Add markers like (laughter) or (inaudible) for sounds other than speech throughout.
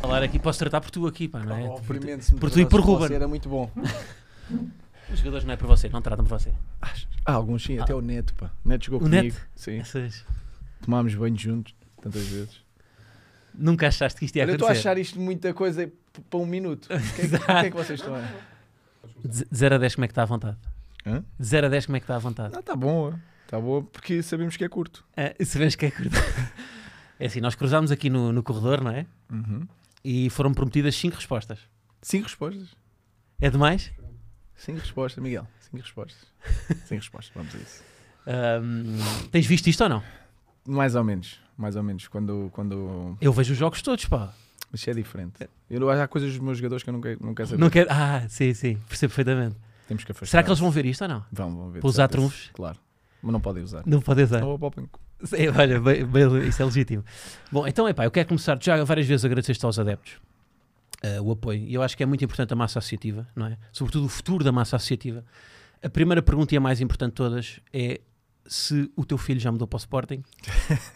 falar aqui, posso tratar por tu aqui, pá, não é? Tá Obviamente, se me Por tu e por tratasse Ruben. você, Era muito bom. Os jogadores não é para você, não tratam por você. Ah, alguns sim, até o Neto, pá. O Neto jogou O comigo. Neto? Sim. Essas- Tomámos banho juntos tantas vezes. Nunca achaste que isto ia Olha, eu estou a acontecer? achar isto muita coisa p- para um minuto. O que, é que, o que é que vocês estão a. De 0 a 10 como é que está à vontade? Hã? De 0 a 10 como é que está à vontade? Ah, tá bom, tá bom, porque sabemos que é curto. Ah, se vês que é curto. (laughs) É assim, nós cruzámos aqui no, no corredor, não é? E foram prometidas 5 respostas. Uhum. Cinco respostas. É demais? Cinco respostas, Miguel. Cinco respostas. Cinco respostas, vamos a isso. Ahm, tens visto isto ou não? Mais ou menos, mais ou menos. Quando. quando... Eu vejo os jogos todos, pá. Mas isso é diferente. Eu, há coisas dos meus jogadores que eu não quero, não quero saber. Não quero... Ah, sim, sim, percebo perfeitamente. Temos que afastar. Será que eles vão ver isto ou não? Vão, vão ver. Para de usar certeza. trunfos? Claro. Mas não podem usar. Não pode usar. Ou poupem cu. Sim, olha, bem- bem- isso é legítimo. Bom, então, epá, eu quero começar, já várias vezes agradeceste aos adeptos eh, o apoio, e eu acho que é muito importante a massa associativa, não é? Sobretudo o futuro da massa associativa. A primeira pergunta e a mais importante de todas é se o teu filho já mudou para o (laughs) Sporting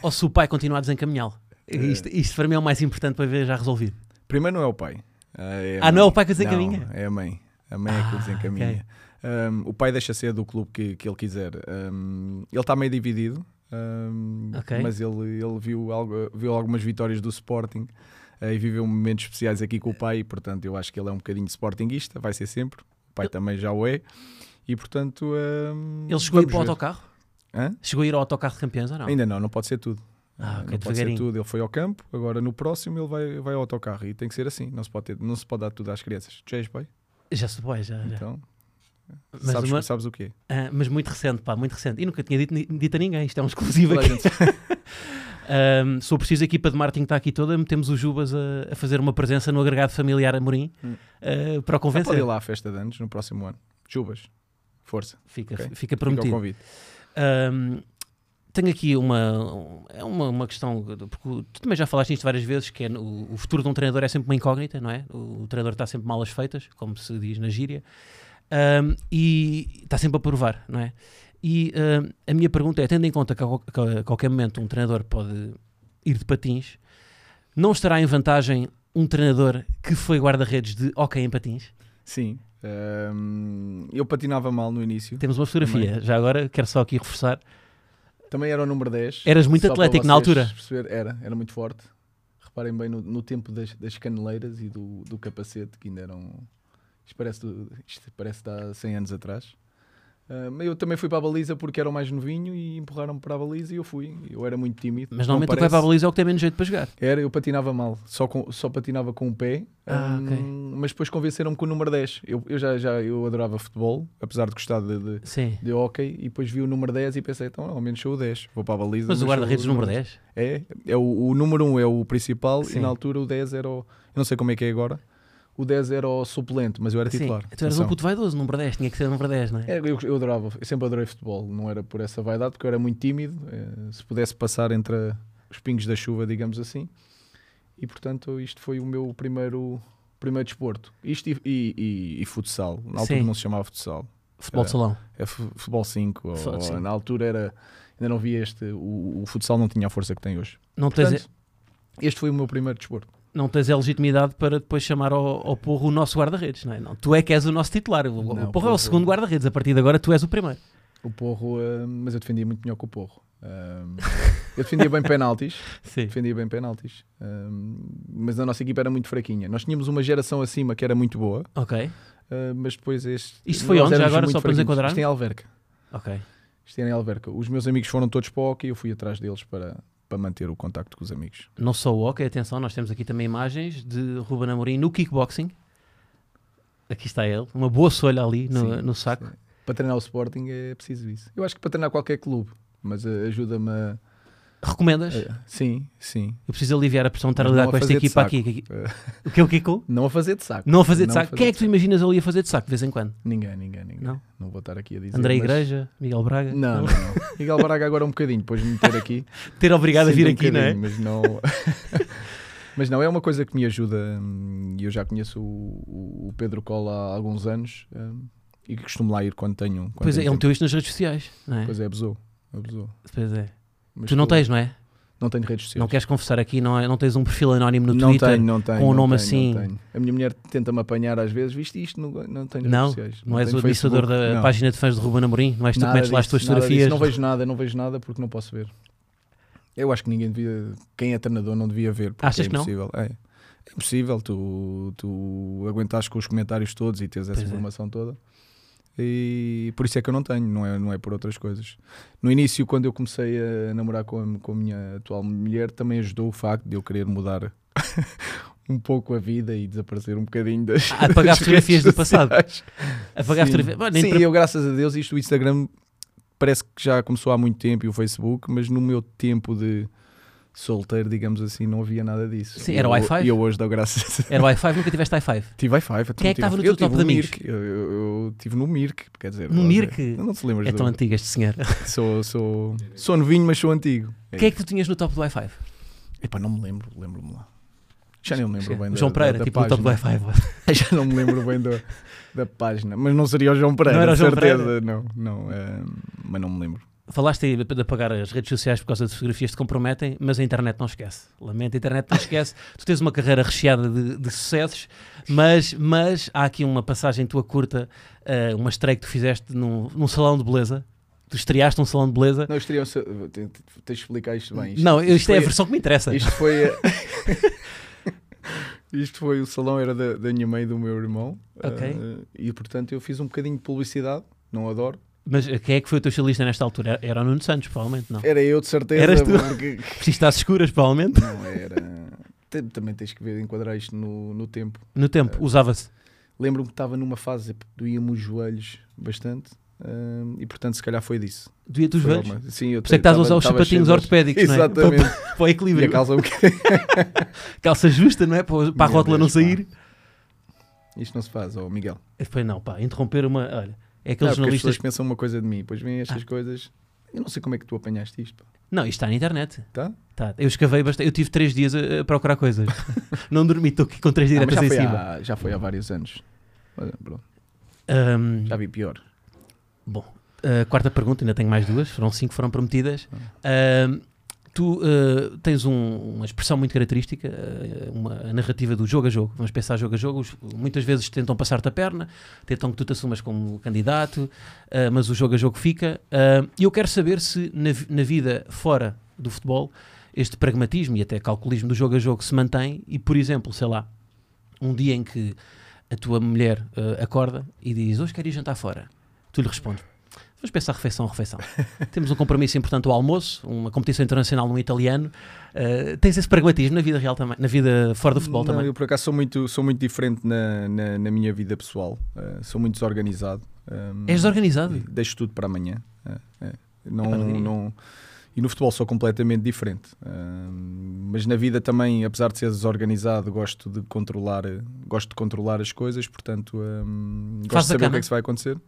ou se o pai continua a desencaminhá-lo. Isto, isto para mim é o mais importante para ver já resolvido. Primeiro não é o pai. é a Ah, não é o mãe. pai que desencaminha? Não, é a mãe. A mãe é Ah, que desencaminha. ok. Um, o pai deixa ser do clube que, que ele quiser. Um, ele está meio dividido, um, Ok. mas ele, ele viu, algo, viu algumas vitórias do Sporting eh, e viveu momentos especiais aqui com o pai. E, portanto, eu acho que ele é um bocadinho Sportingista, vai ser sempre. O pai também já o é. E portanto. um, Ele chegou a ir para o vamos ver. autocarro? Hã? Chegou a ir ao autocarro de campeões ou não? Ainda não, não pode ser tudo. Ah, ok, Ah, não pode ser devagarinho. tudo. Ele foi ao campo, agora no próximo ele vai, vai ao autocarro e tem que ser assim. Não se pode, ter- não se pode dar tudo às crianças. Tu já és pai? Já se foi, já. já. Então, mas, sabes, uma- sabes o quê? ah, mas muito recente, pá, muito recente. E nunca tinha dito, ni- dito a ninguém, (laughs) isto é um exclusivo Toda a aqui. gente- Um, sou preciso, a equipa de marketing está aqui toda. Metemos o Jubas a, a fazer uma presença no agregado familiar Amorim Hum. uh, para o Já pode ir (laughs) convencer. lá à festa de anos no próximo ano. Chuvas. Força. Fica, Ok. fica Fica o prometido. convite. Um, tenho aqui uma, é uma, uma questão, porque tu também já falaste nisto várias vezes, que é no- o futuro de um treinador é sempre uma incógnita, não é? O, o treinador está sempre malas feitas, como se diz na gíria, um, e está sempre a provar, não é? E um, a minha pergunta é, tendo em conta que a, qual- que a qualquer momento um treinador pode ir de patins, não estará em vantagem um treinador que foi guarda-redes de hockey em patins? Sim. Ahm, eu patinava mal no início. Temos uma fotografia, já agora, quero só aqui reforçar. Também era o número 10. Eras muito Só para atlético na vocês altura. perceber- era, era muito forte. Reparem bem no, no tempo das, das caneleiras e do, do capacete, que ainda eram. Isto parece, do- isto parece de há 100 anos atrás. Ah, Mas eu também fui para a baliza porque era o mais novinho e empurraram-me para a baliza e eu fui. Eu era muito tímido. Mas não normalmente o que vai para a parece. baliza é o que tem menos jeito para jogar. Era, eu patinava mal, só, com- só patinava com o pé, Ah, hum, ok. mas depois convenceram-me com o número 10. Eu, eu já, já eu adorava futebol, apesar de gostar de, de, Sim. de hóquei, e depois vi o número 10 e pensei, então ao menos sou o 10, vou para a baliza. Mas o sou guarda-redes número 10. É, é o, o número 1 é o principal Sim. e na altura o 10 era o, eu não sei como é que é agora, o 10 era o suplente, mas eu era titular. Sim, tu eras um atenção. puto vaidoso, número 10, tinha que ser número 10, não é? É, eu, eu adorava, eu sempre adorei futebol, não era por essa vaidade, porque eu era muito tímido, eh, se pudesse passar entre a- os pingos da chuva, digamos assim. E portanto, isto foi o meu primeiro, primeiro desporto. Isto e, e- e- e futsal. Na altura Sim. não se chamava futsal, Futebol de salão. é fu- futebol 5. ou- Futebol ou- cinco. na altura era, ainda não via este, o, o futsal não tinha a força que tem hoje. Não tens, Portanto, este foi o meu primeiro desporto. não tens a legitimidade para depois chamar ao, ao Porro o nosso guarda-redes, não é? Não, tu é que és o nosso titular. O, o Não, Porro, é o Porro- segundo guarda-redes, a partir de agora tu és o primeiro. O Porro, eh, mas eu defendia muito melhor que o Porro. Eh, (laughs) eu defendia bem penaltis. Sim. defendia bem penaltis. Ahm, mas a nossa equipa era muito fraquinha. Nós tínhamos uma geração acima que era muito boa, Ok, ah, mas depois este. Isto foi nós onde, já éramos agora, muito só para nos fraquinhos. enquadrar? Isto é em Alverca. ok. Isto é em Alverca. Os meus amigos foram todos para o hockey e eu fui atrás deles para, para manter o contacto com os amigos. Não só o hockey, atenção, nós temos aqui também imagens de Ruben Amorim no kickboxing. Aqui está ele, uma boa solha ali no, Sim, no saco. Para treinar o Sporting é preciso isso. Eu acho que para treinar qualquer clube, mas ah, ajuda-me a. Recomendas? a- sim, sim. Eu preciso aliviar a pressão de estar a É. Não lidar a com esta fazer de equipa saco. aqui. que- que- O que é o Kiko? Não a fazer de saco. Não a fazer de saco. fazer Quem é de que tu imaginas ali a fazer de saco de vez em quando? saco. Ninguém, ninguém, ninguém. Não? Não, vou estar aqui a dizer. André mas- Igreja, Miguel Braga. Não, não, não. Miguel Braga agora um bocadinho, depois de me meter aqui. Ter (laughs) obrigado a Sinto vir um aqui, não é? bocadinho, Mas não, (laughs) mas não, é uma coisa que me ajuda. hum, e Eu já conheço o, o Pedro Cola há alguns anos. hum, E que costumo lá ir quando tenho. Quando Pois é, tenho ele tempo. meteu isto nas redes sociais, não é? Pois é, abusou. abusou. Pois é. Mas Tu não estou- tens, não é? Não tenho redes sociais. Não queres confessar aqui, não, é? não tens um perfil anónimo no não Twitter? tenho, não tenho, com um não nome tenho, não assim. tenho. A minha mulher tenta-me apanhar às vezes, viste isto? Não, não tenho Não, redes sociais. não és tenho o administrador Facebook, da não. página de fãs de Ruben Amorim? Não és tu é que Nada metes lá as disso, tuas nada fotografias? disso. Não vejo nada, não vejo nada porque não posso ver. Eu acho que ninguém devia. Quem é treinador não devia ver. Porque Achas é que não? impossível. É, é impossível tu, tu aguentares com os comentários todos e teres essa Pois é. informação toda. E por isso é que eu não tenho, não é, não é por outras coisas. No início, quando eu comecei a namorar com a, com a minha atual mulher, também ajudou o facto de eu querer mudar (laughs) um pouco a vida e desaparecer um bocadinho (laughs) das. Ah, apagar das fotografias do redes passado. sociais. Apagar Sim. fotografias? Bom, nem Sim, pre- eu graças a Deus isto o Instagram parece que já começou há muito tempo e o Facebook, mas no meu tempo de solteiro, digamos assim, não havia nada disso. Sim, E era eu- Wi-Fi? E eu hoje dou graças a Deus. Era o i5, nunca tiveste i5. Tive Wi-Fi. então Quem é que tive- estava no eu teu top tive de amigos? Mirk, Eu, eu, eu tive no Mirk, quer dizer. No lá- Mirk? Não É te lembras É do- tão antigo este senhor. sou, sou, sou novinho, mas sou antigo. (laughs) O que é que tu tinhas no top do i5? Epá, não me lembro, lembro-me lá. Já nem me lembro bem O da- João da- Pereira, da tipo no top do página. i5. (laughs) Já não me lembro bem da, da página, mas não seria o João Pereira, Não era o de João certeza. Pereira. Não, não, eh, mas não me lembro. Falaste aí de apagar as redes sociais por causa de fotografias que te comprometem, mas a internet não esquece. Lamento, a internet não (laughs) esquece. tu tens uma carreira recheada de, de sucessos, mas, mas há aqui uma passagem tua curta, eh, uma estreia que tu fizeste num, num salão de beleza. Tu estreaste num salão de beleza. Não, estreou Tens de explicar isto bem. Não, isto, é a foi- versão que me interessa. Isto foi. a- (laughs) isto foi. O salão era da, da minha mãe e do meu irmão. Ok. eh, e portanto eu fiz um bocadinho de publicidade, não adoro. Mas eh, quem é que foi o teu estilista nesta altura? Era o Nuno Santos, provavelmente, não. Era eu de certeza. Eras tu? Porque... (laughs) Precisaste às escuras, provavelmente. Não era. Tem- Também tens que ver, enquadrar isto no, no tempo. No tempo, usava-se. Lembro-me que estava numa fase que doía-me os joelhos bastante. eh, e portanto, se calhar foi disso. Doía-te os Foi joelhos? alguma- Sim, eu Por isso é que estás a tava- usar os tava cheio sapatinhos de dores. ortopédicos, não é? Exatamente. Para, para o E a equilíbrio. calça um bocadinho. (laughs) Calça justa, não é? Para, para a Meu rótula não Deus, pá. sair. Isto não se faz, ó Miguel. Foi não, pá, interromper uma. Olha, é aqueles Não, porque as jornalistas. Ah. pessoas pensam uma coisa de mim, depois vêm estas coisas. Eu não sei como é que tu apanhaste isto. pá. Não, isto está na internet. Tá? Tá, eu escavei bastante. Eu tive três dias a, a procurar (laughs) coisas. não dormi, estou aqui com três Ah, mas diretas já, em foi cima. há, já foi há vários anos. Mas, pronto, Ahm, já vi pior. Bom, a quarta pergunta, ainda tenho mais duas, foram cinco, foram prometidas. Ah. Ahm, tu ah, tens um- uma expressão muito característica, ah, uma narrativa do jogo a jogo. Vamos pensar jogo a jogo. Os- muitas vezes tentam passar-te a perna, tentam que tu te assumas como candidato, ah, mas o jogo a jogo fica. Ah, E eu quero saber se na, vi- na vida fora do futebol este pragmatismo e até calculismo do jogo a jogo se mantém e, por exemplo, sei lá, um dia em que a tua mulher ah, acorda e diz hoje quero ir jantar fora, tu lhe respondes vamos pensar refeição a (laughs) refeição. Temos um compromisso importante ao almoço, uma competição internacional no italiano. Ah, tens esse pragmatismo na vida real também, na vida fora do futebol Não, também. Eu por acaso sou muito, sou muito diferente na, na, na minha vida pessoal. Ah, sou muito desorganizado. Ahm, És desorganizado. e Deixo tudo para amanhã. Ah, é. Não, Epá, não diria. não- E no futebol sou completamente diferente. Ahm, mas na vida também, apesar de ser desorganizado, gosto de controlar, gosto de controlar as coisas, portanto ahm, gosto Faz de a saber o que cama? é que se vai acontecer.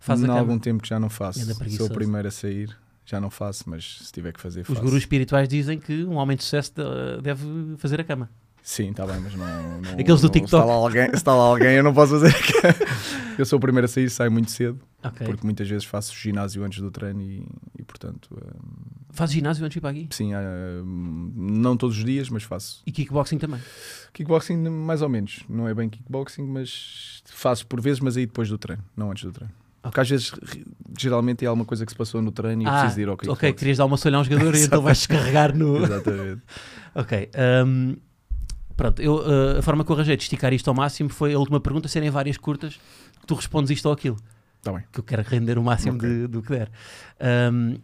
Faz a Não há cama. algum tempo que já não faço. Anda Sou o preguiçoso. primeiro a sair, já não faço, mas se tiver que fazer, Os faço. gurus espirituais dizem que um homem de sucesso de- deve fazer a cama. Sim, está bem, mas não. não- Aqueles do não- se TikTok. Está lá, alguém, se está lá alguém, eu não posso fazer. (laughs) eu sou o primeiro a sair, saio muito cedo, Ok. porque muitas vezes faço ginásio antes do treino e, e, portanto, hum, Faz ginásio antes de ir para aqui? sim, hum, não todos os dias, mas faço. E kickboxing também. Kickboxing, mais ou menos. Não é bem kickboxing, mas faço por vezes, mas aí depois do treino, não antes do treino. Porque às vezes, re- geralmente, é alguma coisa que se passou no treino e eu Ah, preciso de ir ao kickboxing. Ok, querias dar uma solha a um jogador e (laughs) então vais descarregar no. Exatamente. Ok. hum, pronto, eu, uh, a forma que eu arranjei de esticar isto ao máximo foi a última pergunta serem várias curtas, que tu respondes isto ou aquilo. Está Tá bem. Que eu quero render o máximo Ok. de- do que der. Hum,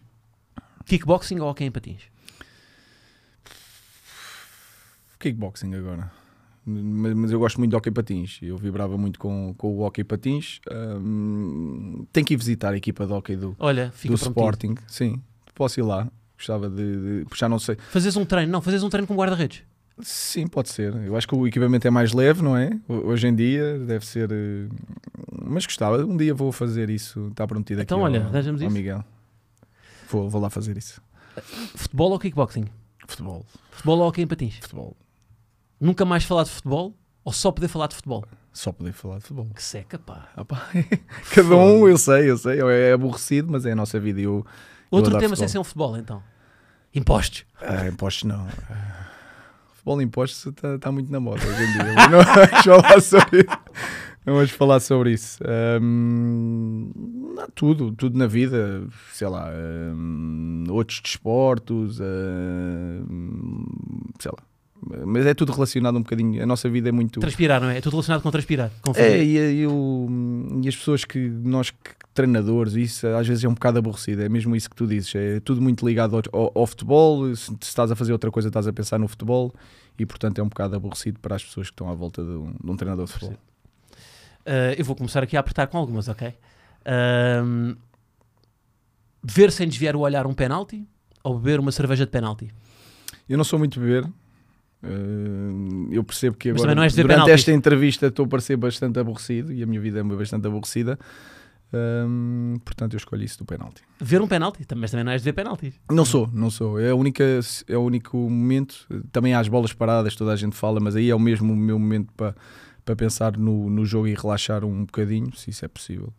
kickboxing ou hockey em patins? Kickboxing agora. Mas, mas eu gosto muito de hockey patins. Eu vibrava muito com, com o hockey patins. Hum, tem que ir visitar a equipa de hockey do, Olha, fica do prometido. Sporting. Sim, posso ir lá. Gostava de, de. Já não sei. Fazes um treino, não, fazes um treino com guarda-redes. Sim, pode ser. Eu acho que o equipamento é mais leve, não é? Ho- Hoje em dia deve ser. eh, Mas gostava. Um dia vou fazer isso. Está prometido Então, aqui. olha, ao- arranjamos ao isso. Miguel. Vou, vou lá fazer isso. Futebol ou kickboxing? Futebol. Futebol ou hockey em patins? Futebol. Nunca mais falar de futebol ou só poder falar de futebol? Só poder falar de futebol. Que seca, pá. Ah, pá, (laughs) Cada um, eu sei, eu sei, é aborrecido, mas é a nossa vida e eu. Outro adoro tema sem futebol. ser um futebol, então. Impostos. Ah, impostos não. Ah, Futebol e impostos está muito na moda hoje em dia. Mas não (laughs) vamos falar sobre isso. Não vamos falar sobre isso. Ahm, há tudo, tudo na vida, sei lá, ahm, outros desportos, ahm, sei lá. Mas é tudo relacionado um bocadinho. A nossa vida é muito. Transpirar, não é? É tudo relacionado com transpirar. com É, fazer. e, e o- e as pessoas que nós, que, treinadores, isso às vezes é um bocado aborrecido, é mesmo isso que tu dizes, é tudo muito ligado ao, ao- ao futebol, se, se estás a fazer outra coisa estás a pensar no futebol e portanto é um bocado aborrecido para as pessoas que estão à volta de um, de um treinador de futebol. Ah, eu vou começar aqui a apertar com algumas, ok? Ahm, ver sem desviar o olhar um penalti ou beber uma cerveja de penalti? Eu não sou muito beber, eh, eu percebo que Mas agora também não és de durante penaltis. esta entrevista estou a parecer bastante aborrecido e a minha vida é bastante aborrecida, Ahm, portanto eu escolho isso do penalti. Ver um penalti, tam- mas também não és de ver penaltis. Não sou, não sou. É, a única, é o único momento. Também há as bolas paradas, toda a gente fala, mas aí é o mesmo o meu momento para para pensar no, no jogo e relaxar um bocadinho, se isso é possível.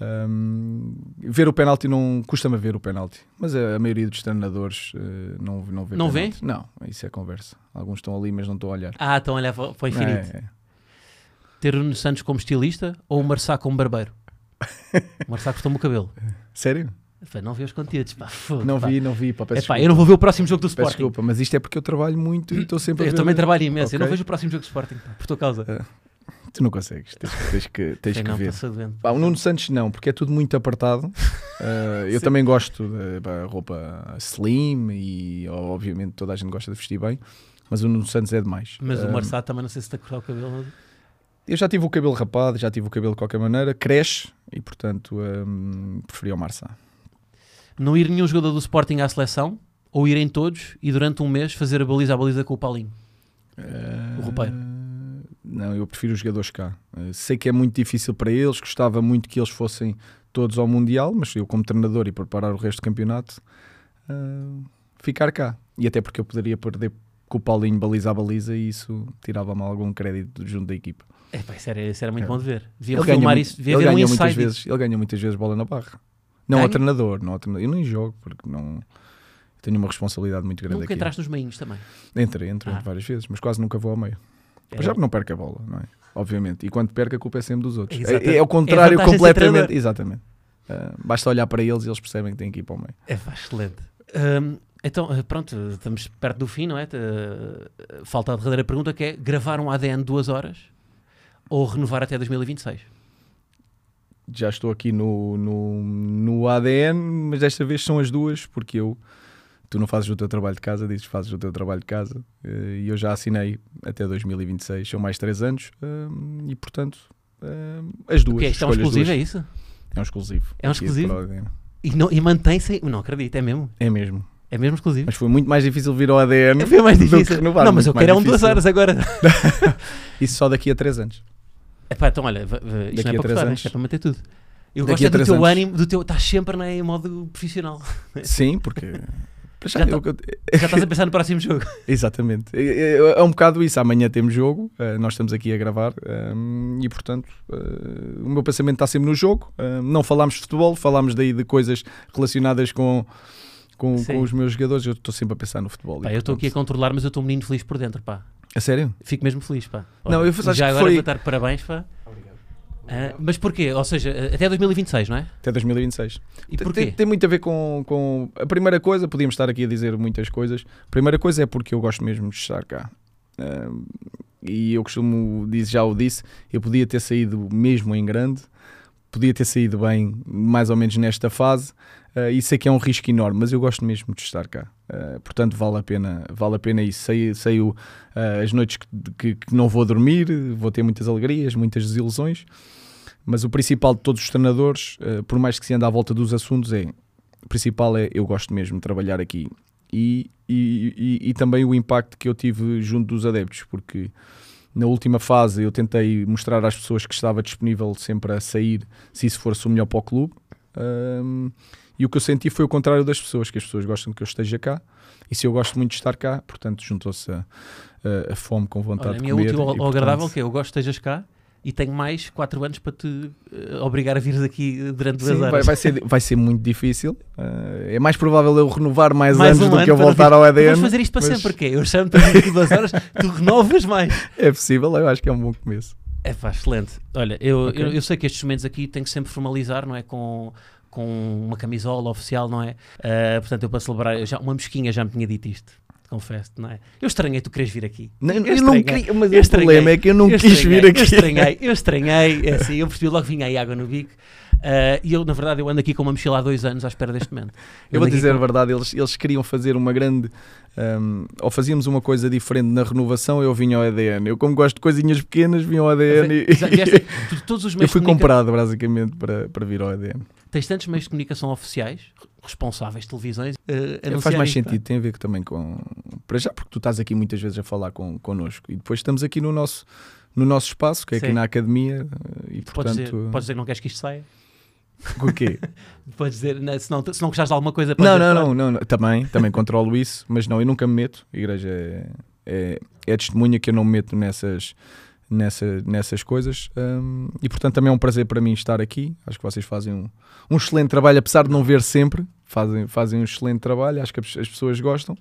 Ahm, ver o penalti não custa-me ver o penalti, mas a, a maioria dos treinadores eh, não, não vê. Não vê? penalti. Não, isso é conversa. Alguns estão ali, mas não estão a olhar. Ah, então olha, foi foi infinito. É, é. Ter o Nuno Santos como estilista ou o Marçá como barbeiro? O Marçá cortou-me o cabelo. Sério? Pá, não vi os conteúdos, pá. fogo, Não pá. vi, não vi. Pá, peço Epá, desculpa. eu não vou ver o próximo jogo do Peço Sporting. desculpa, mas isto é porque eu trabalho muito e estou sempre a Eu ver- também trabalho imenso. Eu não Ok. vejo o próximo jogo do Sporting, pá, por tua causa. Tu não consegues, tens, que- tens que, tens Sei que não, ver. passou doente. Pá, o Nuno Santos não, porque é tudo (laughs) muito apertado. Uh, eu também gosto de pá, roupa slim e ó, obviamente toda a gente gosta de vestir bem, mas o Nuno Santos é demais. Mas Uh, o Marçá também não sei se está a cortar o cabelo. Eu já tive o cabelo rapado, já tive o cabelo de qualquer maneira, cresce e portanto um, preferi o Marçá. Não ir nenhum jogador do Sporting à seleção ou irem todos e durante um mês fazer a baliza a baliza com o Paulinho. Uh, O roupeiro. Não, eu prefiro os jogadores cá. Uh, sei que é muito difícil para eles, gostava muito que eles fossem todos ao Mundial, mas eu, como treinador e preparar o resto do campeonato, uh, ficar cá. E até porque eu poderia perder com o Paulinho baliza a baliza e isso tirava-me algum crédito junto da equipa. É, pá, isso, era, isso era muito É. bom de ver. Devia Ele ganha, filmar muito- isso, devia ele haver um ganha inside. muitas vezes, ele ganha muitas vezes bola na barra. Não ao Ganha? treinador, não ao treinador. Eu nem jogo porque não tenho uma responsabilidade muito grande Nunca aqui. entraste nos meinhos também. Entrei, entrei Ah. várias vezes, mas quase nunca vou ao meio. É, Para já que não perca a bola, não é? Obviamente. E quando perca, a culpa é sempre dos outros. Exata- É, é é a o contrário vantagem de ser completamente. treinador. Exatamente. Ah, basta olhar para eles e eles percebem que têm que ir para o meio. é, pá, excelente. Hum, então, eh, pronto, estamos perto do fim, não é? Te- eh, Falta a derradeira pergunta que é gravar um ADN duas horas ou renovar até 2026? Já estou aqui no, no, no ADN, mas desta vez são as duas, porque eu. Tu não fazes o teu trabalho de casa, dizes que fazes o teu trabalho de casa. eh, E eu já assinei até 2026, são mais três anos. ah, E portanto, ah, as duas. O que é? Isto é um escolho as exclusivo, duas. é isso? É um exclusivo. É um Aqui exclusivo? para o ADN. E, não- e mantém-se. Não acredito, é mesmo. É mesmo. É mesmo exclusivo. Mas foi muito mais difícil vir ao ADN. É bem mais do que difícil. renovar, não, mas muito eu quero é um duas mais difícil. horas agora. Isso só daqui a três anos. (laughs) Epá, então olha, va- va- isto Daqui não é a para três cortar, anos. é para manter tudo. Eu gosto Daqui a é do três teu anos. ânimo, do teu. Estás sempre né, em modo profissional. Sim, porque. Para já, Já tá- eu- eu- Já estás a pensar no próximo (laughs) jogo. exatamente. É, é- é um bocado isso. Amanhã temos jogo, eh, nós estamos aqui a gravar ehm, e, portanto, eh, o meu pensamento está sempre no jogo. Ehm, não falámos de futebol, falámos daí de coisas relacionadas com, com, Sim. com os meus jogadores. Eu estou sempre a pensar no futebol. e, Pá, eu estou aqui a portanto- controlar, mas eu estou um menino feliz por dentro, pá. A sério? Fico mesmo feliz, pá. Não, eu acho já que agora foi- vou dar parabéns, pá. Ah, mas porquê? Ou seja, ah, até 2026, não é? Até 2026. E Tem- porquê? Tem, tem muito a ver com, com. A primeira coisa, podíamos estar aqui a dizer muitas coisas. A primeira coisa é porque eu gosto mesmo de estar cá. Ahm, e eu costumo, diz- já o disse, eu podia ter saído mesmo em grande, podia ter saído bem, mais ou menos nesta fase. Ah, isso aqui é um risco enorme, mas eu gosto mesmo de estar cá. Ah, portanto, vale a pena, vale a pena isso. Sei, sei o- ah, as noites que, que- que não vou dormir, vou ter muitas alegrias, muitas desilusões. Mas o principal de todos os treinadores, eh, por mais que se ande à volta dos assuntos, é o principal é eu gosto mesmo de trabalhar aqui e, e, e- e também o impacto que eu tive junto dos adeptos, porque na última fase eu tentei mostrar às pessoas que estava disponível sempre a sair se isso fosse o melhor para o clube. Ahm, e o que eu senti foi o contrário das pessoas, que as pessoas gostam que eu esteja cá e se eu gosto muito de estar cá, portanto juntou-se a, a- a fome com vontade Olha, a de minha comer. útil e, ao, ao portanto, agradável que é, eu gosto que estejas cá, e tenho mais 4 anos para te eh, obrigar a vires aqui eh, durante duas Sim, vai, horas. vai ser, vai ser muito difícil. Ah, é mais provável eu renovar mais, Mais anos um do ano que eu para voltar não ao Vamos EDM. fazer isto para mas sempre, porque é, eu chamo-te aqui duas horas, tu renovas mais. É possível, eu acho que é um bom começo. É pá, excelente. Olha, eu, Ok. eu, eu sei que estes momentos aqui tenho que sempre formalizar, não é? Com, com uma camisola oficial, não é? Ah, portanto, eu para celebrar, eu já, uma mosquinha já me tinha dito isto, confesso, não é? Eu estranhei tu queres vir aqui. Não, eu Eu não estranhei. queria, mas Eu o estranhei. problema é que eu não Eu quis estranhei, vir aqui. Eu estranhei, eu estranhei, é assim, eu percebi logo que vinha aí água no bico. Ah, e eu, na verdade, eu ando aqui com uma mochila há dois anos à espera deste momento. (laughs) Eu ando vou aqui dizer a com- verdade, eles, eles queriam fazer uma grande. hum, ou fazíamos uma coisa diferente na renovação, eu vinha ao EDN. Eu, como gosto de coisinhas pequenas, vinha ao EDN Já vieste- e. tu- todos os (laughs) eu meios fui de comunica- comprado, basicamente, para, para vir ao EDN. Tens tantos meios de comunicação oficiais, responsáveis, televisões, ah, Faz anunciarem mais isto, não é? sentido, tem a ver também com. Para já, porque tu estás aqui muitas vezes a falar com, connosco e depois estamos aqui no nosso, no nosso espaço, que é aqui Sim. na academia, e Podes, portanto. dizer, podes dizer que não queres que isto saia? (laughs) O quê? Podes dizer, né, se não, se não gostares de alguma coisa, podes não, dizer, não, "Olha, não, não, não, também, também controlo isso, mas não, eu nunca me meto. A igreja é, é, é testemunha que eu não me meto nessas, nessa, nessas coisas hum, e portanto também é um prazer para mim estar aqui. Acho que vocês fazem um, um excelente trabalho, apesar de não ver sempre, fazem, fazem um excelente trabalho. Acho que as as pessoas gostam.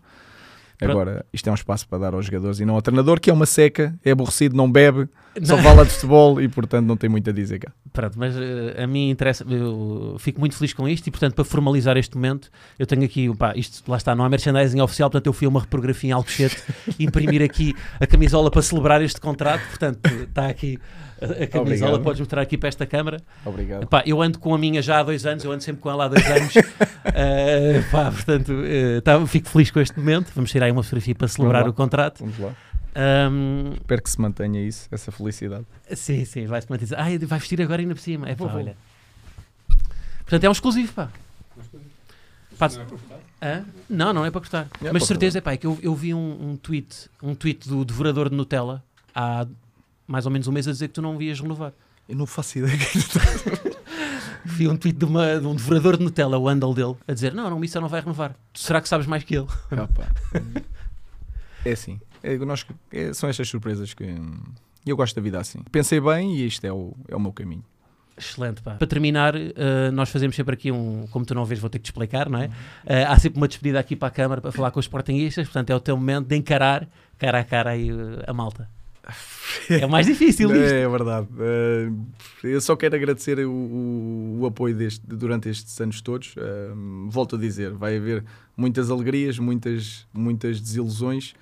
Pronto. Agora, isto é um espaço para dar aos jogadores e não ao treinador, que é uma seca, é aborrecido, não bebe, não." só fala de futebol e portanto não tem muito a dizer cá. Pronto, mas eh, a mim interessa, eu fico muito feliz com isto e, portanto, para formalizar este momento, eu tenho aqui, pá, isto lá está, não há merchandising oficial, portanto, eu fui a uma reprografia em (laughs) Alcochete imprimir aqui a camisola para celebrar este contrato, portanto, está aqui a, a camisola, Obrigado. podes mostrar aqui para esta câmara. (laughs) Obrigado. Pá, eu ando com a minha já há dois anos, eu ando sempre com ela há dois (laughs) anos. Eh, pá, portanto, eh, tá, fico feliz com este momento. Vamos tirar aí uma fotografia para celebrar lá. o contrato. Vamos lá. Ahm, Espero que se mantenha isso, essa felicidade. Sim, sim, vai-se matizar. Ah, vai vestir agora ainda por cima. É pá, Vou, vou. olha. Portanto, é um exclusivo, pá. Pá, hã? Não, não é para gostar. É Mas para de certeza, é pá, é que eu, eu vi um, um tweet, um tweet do devorador de Nutella há mais ou menos um mês a dizer que tu não vias renovar. Eu não faço ideia. Vi um tweet de, uma- de um devorador de Nutella, o handle dele, a dizer, não, não, o isso não vai renovar. Tu- Será que sabes mais que ele? (laughs) Opa. É assim. É, nós- é- são estas surpresas que. hum, Eu gosto da vida assim. Pensei bem e este é o, é o meu caminho. Excelente, pá. Para terminar, eh, nós fazemos sempre aqui um. Como tu não vês, vou ter que te explicar, não é? Eh, há sempre uma despedida aqui para a Câmara para falar com os Sportingistas, portanto é o teu momento de encarar cara a cara aí eh, a malta. É o mais difícil isto. É, verdade. Eh, eu só quero agradecer o, o- o apoio deste, durante estes anos todos. Eh, volto a dizer, vai haver muitas alegrias, muitas, muitas desilusões,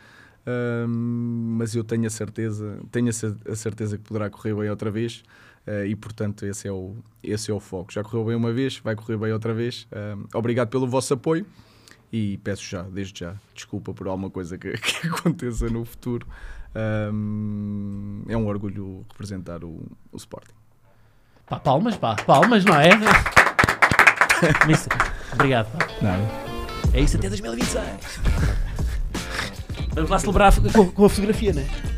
eh, mas eu tenho a certeza, tenho a cer- a certeza que poderá correr bem outra vez. eh, e portanto, esse é, o, esse é o foco. Já correu bem uma vez, vai correr bem outra vez. Eh, obrigado pelo vosso apoio e peço já, desde já, desculpa por alguma coisa que, (laughs) que aconteça no futuro. Ahm, é um orgulho representar o, o Sporting. Pá, palmas, pá, palmas, não é? Mas- Obrigado. pá. Nada. É isso até 2026. Vamos lá celebrar a fo- com, com a fotografia, não é?